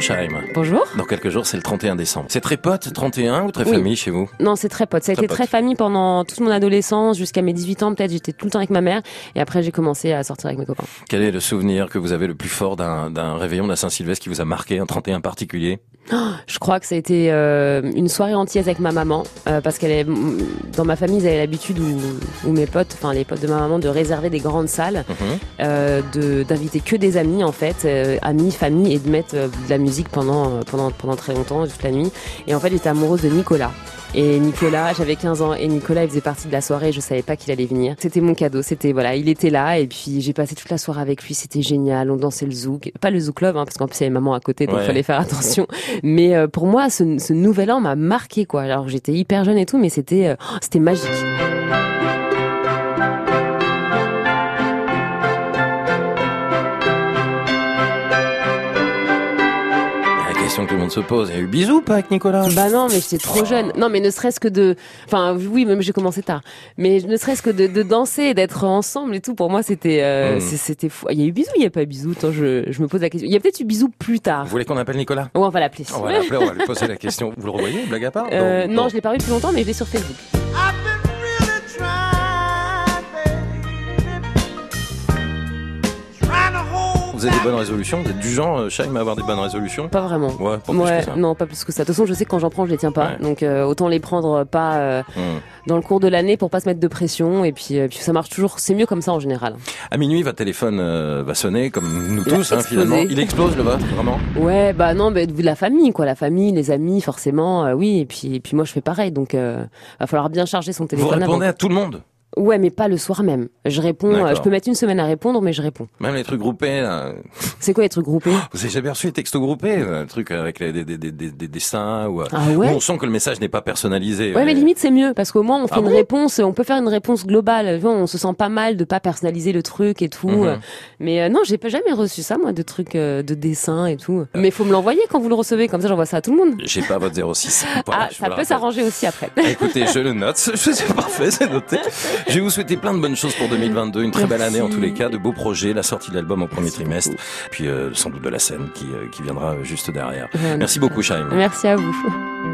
Chaim. Bonjour. Dans quelques jours, c'est le 31 décembre. C'est très pote, 31 ou très famille chez vous Non, c'est très pote. Ça a Très été très pote. famille pendant toute mon adolescence, jusqu'à mes 18 ans peut-être. J'étais tout le temps avec ma mère. Et après, j'ai commencé à sortir avec mes copains. Quel est le souvenir que vous avez le plus fort d'un d'un réveillon d'un Saint-Sylvestre qui vous a marqué, un 31 particulier Je crois que ça a été euh, une soirée entière avec ma maman. euh, parce qu'elle est, dans ma famille, ils avaient l'habitude, ou, ou mes potes, enfin les potes de ma maman, de réserver des grandes salles, Mhm. euh, de- d'inviter que des amis en fait, euh, amis, famille, et de mettre euh, de la musique pendant, euh, pendant, pendant très longtemps, toute la nuit. Et en fait, j'étais amoureuse de Nicolas. Et Nicolas, j'avais 15 ans, et Nicolas, il faisait partie de la soirée, je savais pas qu'il allait venir. C'était mon cadeau, c'était, voilà, il était là, et puis j'ai passé toute la soirée avec lui, c'était génial, on dansait le zouk. Pas le zouk club, hein, parce qu'en plus, il y avait maman à côté, donc il Ouais. fallait faire attention. Mais euh, pour moi, ce, ce nouvel an m'a marqué, quoi. Alors, j'étais hyper jeune et tout, mais c'était, euh, oh, c'était magique. La question que tout le monde se pose, il y a eu bisous ou pas avec Nicolas Bah non, mais j'étais trop jeune. Non, mais ne serait-ce que de, enfin, oui, même j'ai commencé tard. Mais ne serait-ce que de, de danser, d'être ensemble et tout. Pour moi, c'était, euh, Mm. c'est- c'était fou. Il y a eu bisous, il y a pas eu bisous. Attends, je, je me pose la question. Il y a peut-être eu bisous plus tard. Vous voulez qu'on appelle Nicolas Ouais, on va l'appeler. on va l'appeler, on va lui poser la question. Vous le revoyez, blague à part Euh, non, Ah Non. je l'ai pas vu depuis longtemps, mais je l'ai sur Facebook. I've been really trying, baby. Trying to hold Vous avez des back. bonnes résolutions Vous êtes du genre, euh, Chaim, à avoir des bonnes résolutions Pas vraiment. Ouais, pas plus Ouais, que ça. non, pas plus que ça. De toute façon, je sais que quand j'en prends, je les tiens pas. Ouais. Donc euh, autant les prendre euh, pas euh, Hum. dans le cours de l'année pour pas se mettre de pression. Et puis, euh, puis ça marche toujours. C'est mieux comme ça en général. À minuit, votre téléphone euh, va sonner, comme nous Il va tous, hein, exploser. finalement. Il explose, le vôtre, vraiment Ouais, bah non, mais de la famille, quoi, la famille, les amis, forcément, euh, oui, et puis, et puis moi je fais pareil, donc euh, va falloir bien charger son Vous téléphone. avant. répondez à tout le monde Ouais, mais pas le soir même. Je réponds, euh, D'accord. je peux mettre une semaine à répondre, mais je réponds. Même les trucs groupés, là. C'est quoi les trucs groupés Vous avez jamais reçu les textos groupés euh, Un truc avec les- des, des- des- des- des dessins ou... euh, Ah où ouais. on sent que le message n'est pas personnalisé. Ouais, mais Euh, limite c'est mieux parce qu'au moins on fait Ah une bon réponse, on peut faire une réponse globale. Tu vois, On se sent pas mal de pas personnaliser le truc et tout. Mhm. euh, Mais euh, non, j'ai pas jamais reçu ça moi de trucs euh, de dessin et Euh. tout. Mais faut me l'envoyer quand vous le recevez, comme ça j'envoie ça à tout le monde. J'ai pas votre 06. Voilà, ah, je vous le ça peut rappelle. s'arranger aussi après. Écoutez, je le note. C'est parfait, c'est noté. Je vais vous souhaiter plein de bonnes choses pour 2022. Une très belle Merci. année en tous les cas, de beaux projets, la sortie de l'album au premier trimestre, puis euh, sans doute de la scène qui, euh, qui viendra juste derrière. Merci beaucoup, Chaim. Merci à vous.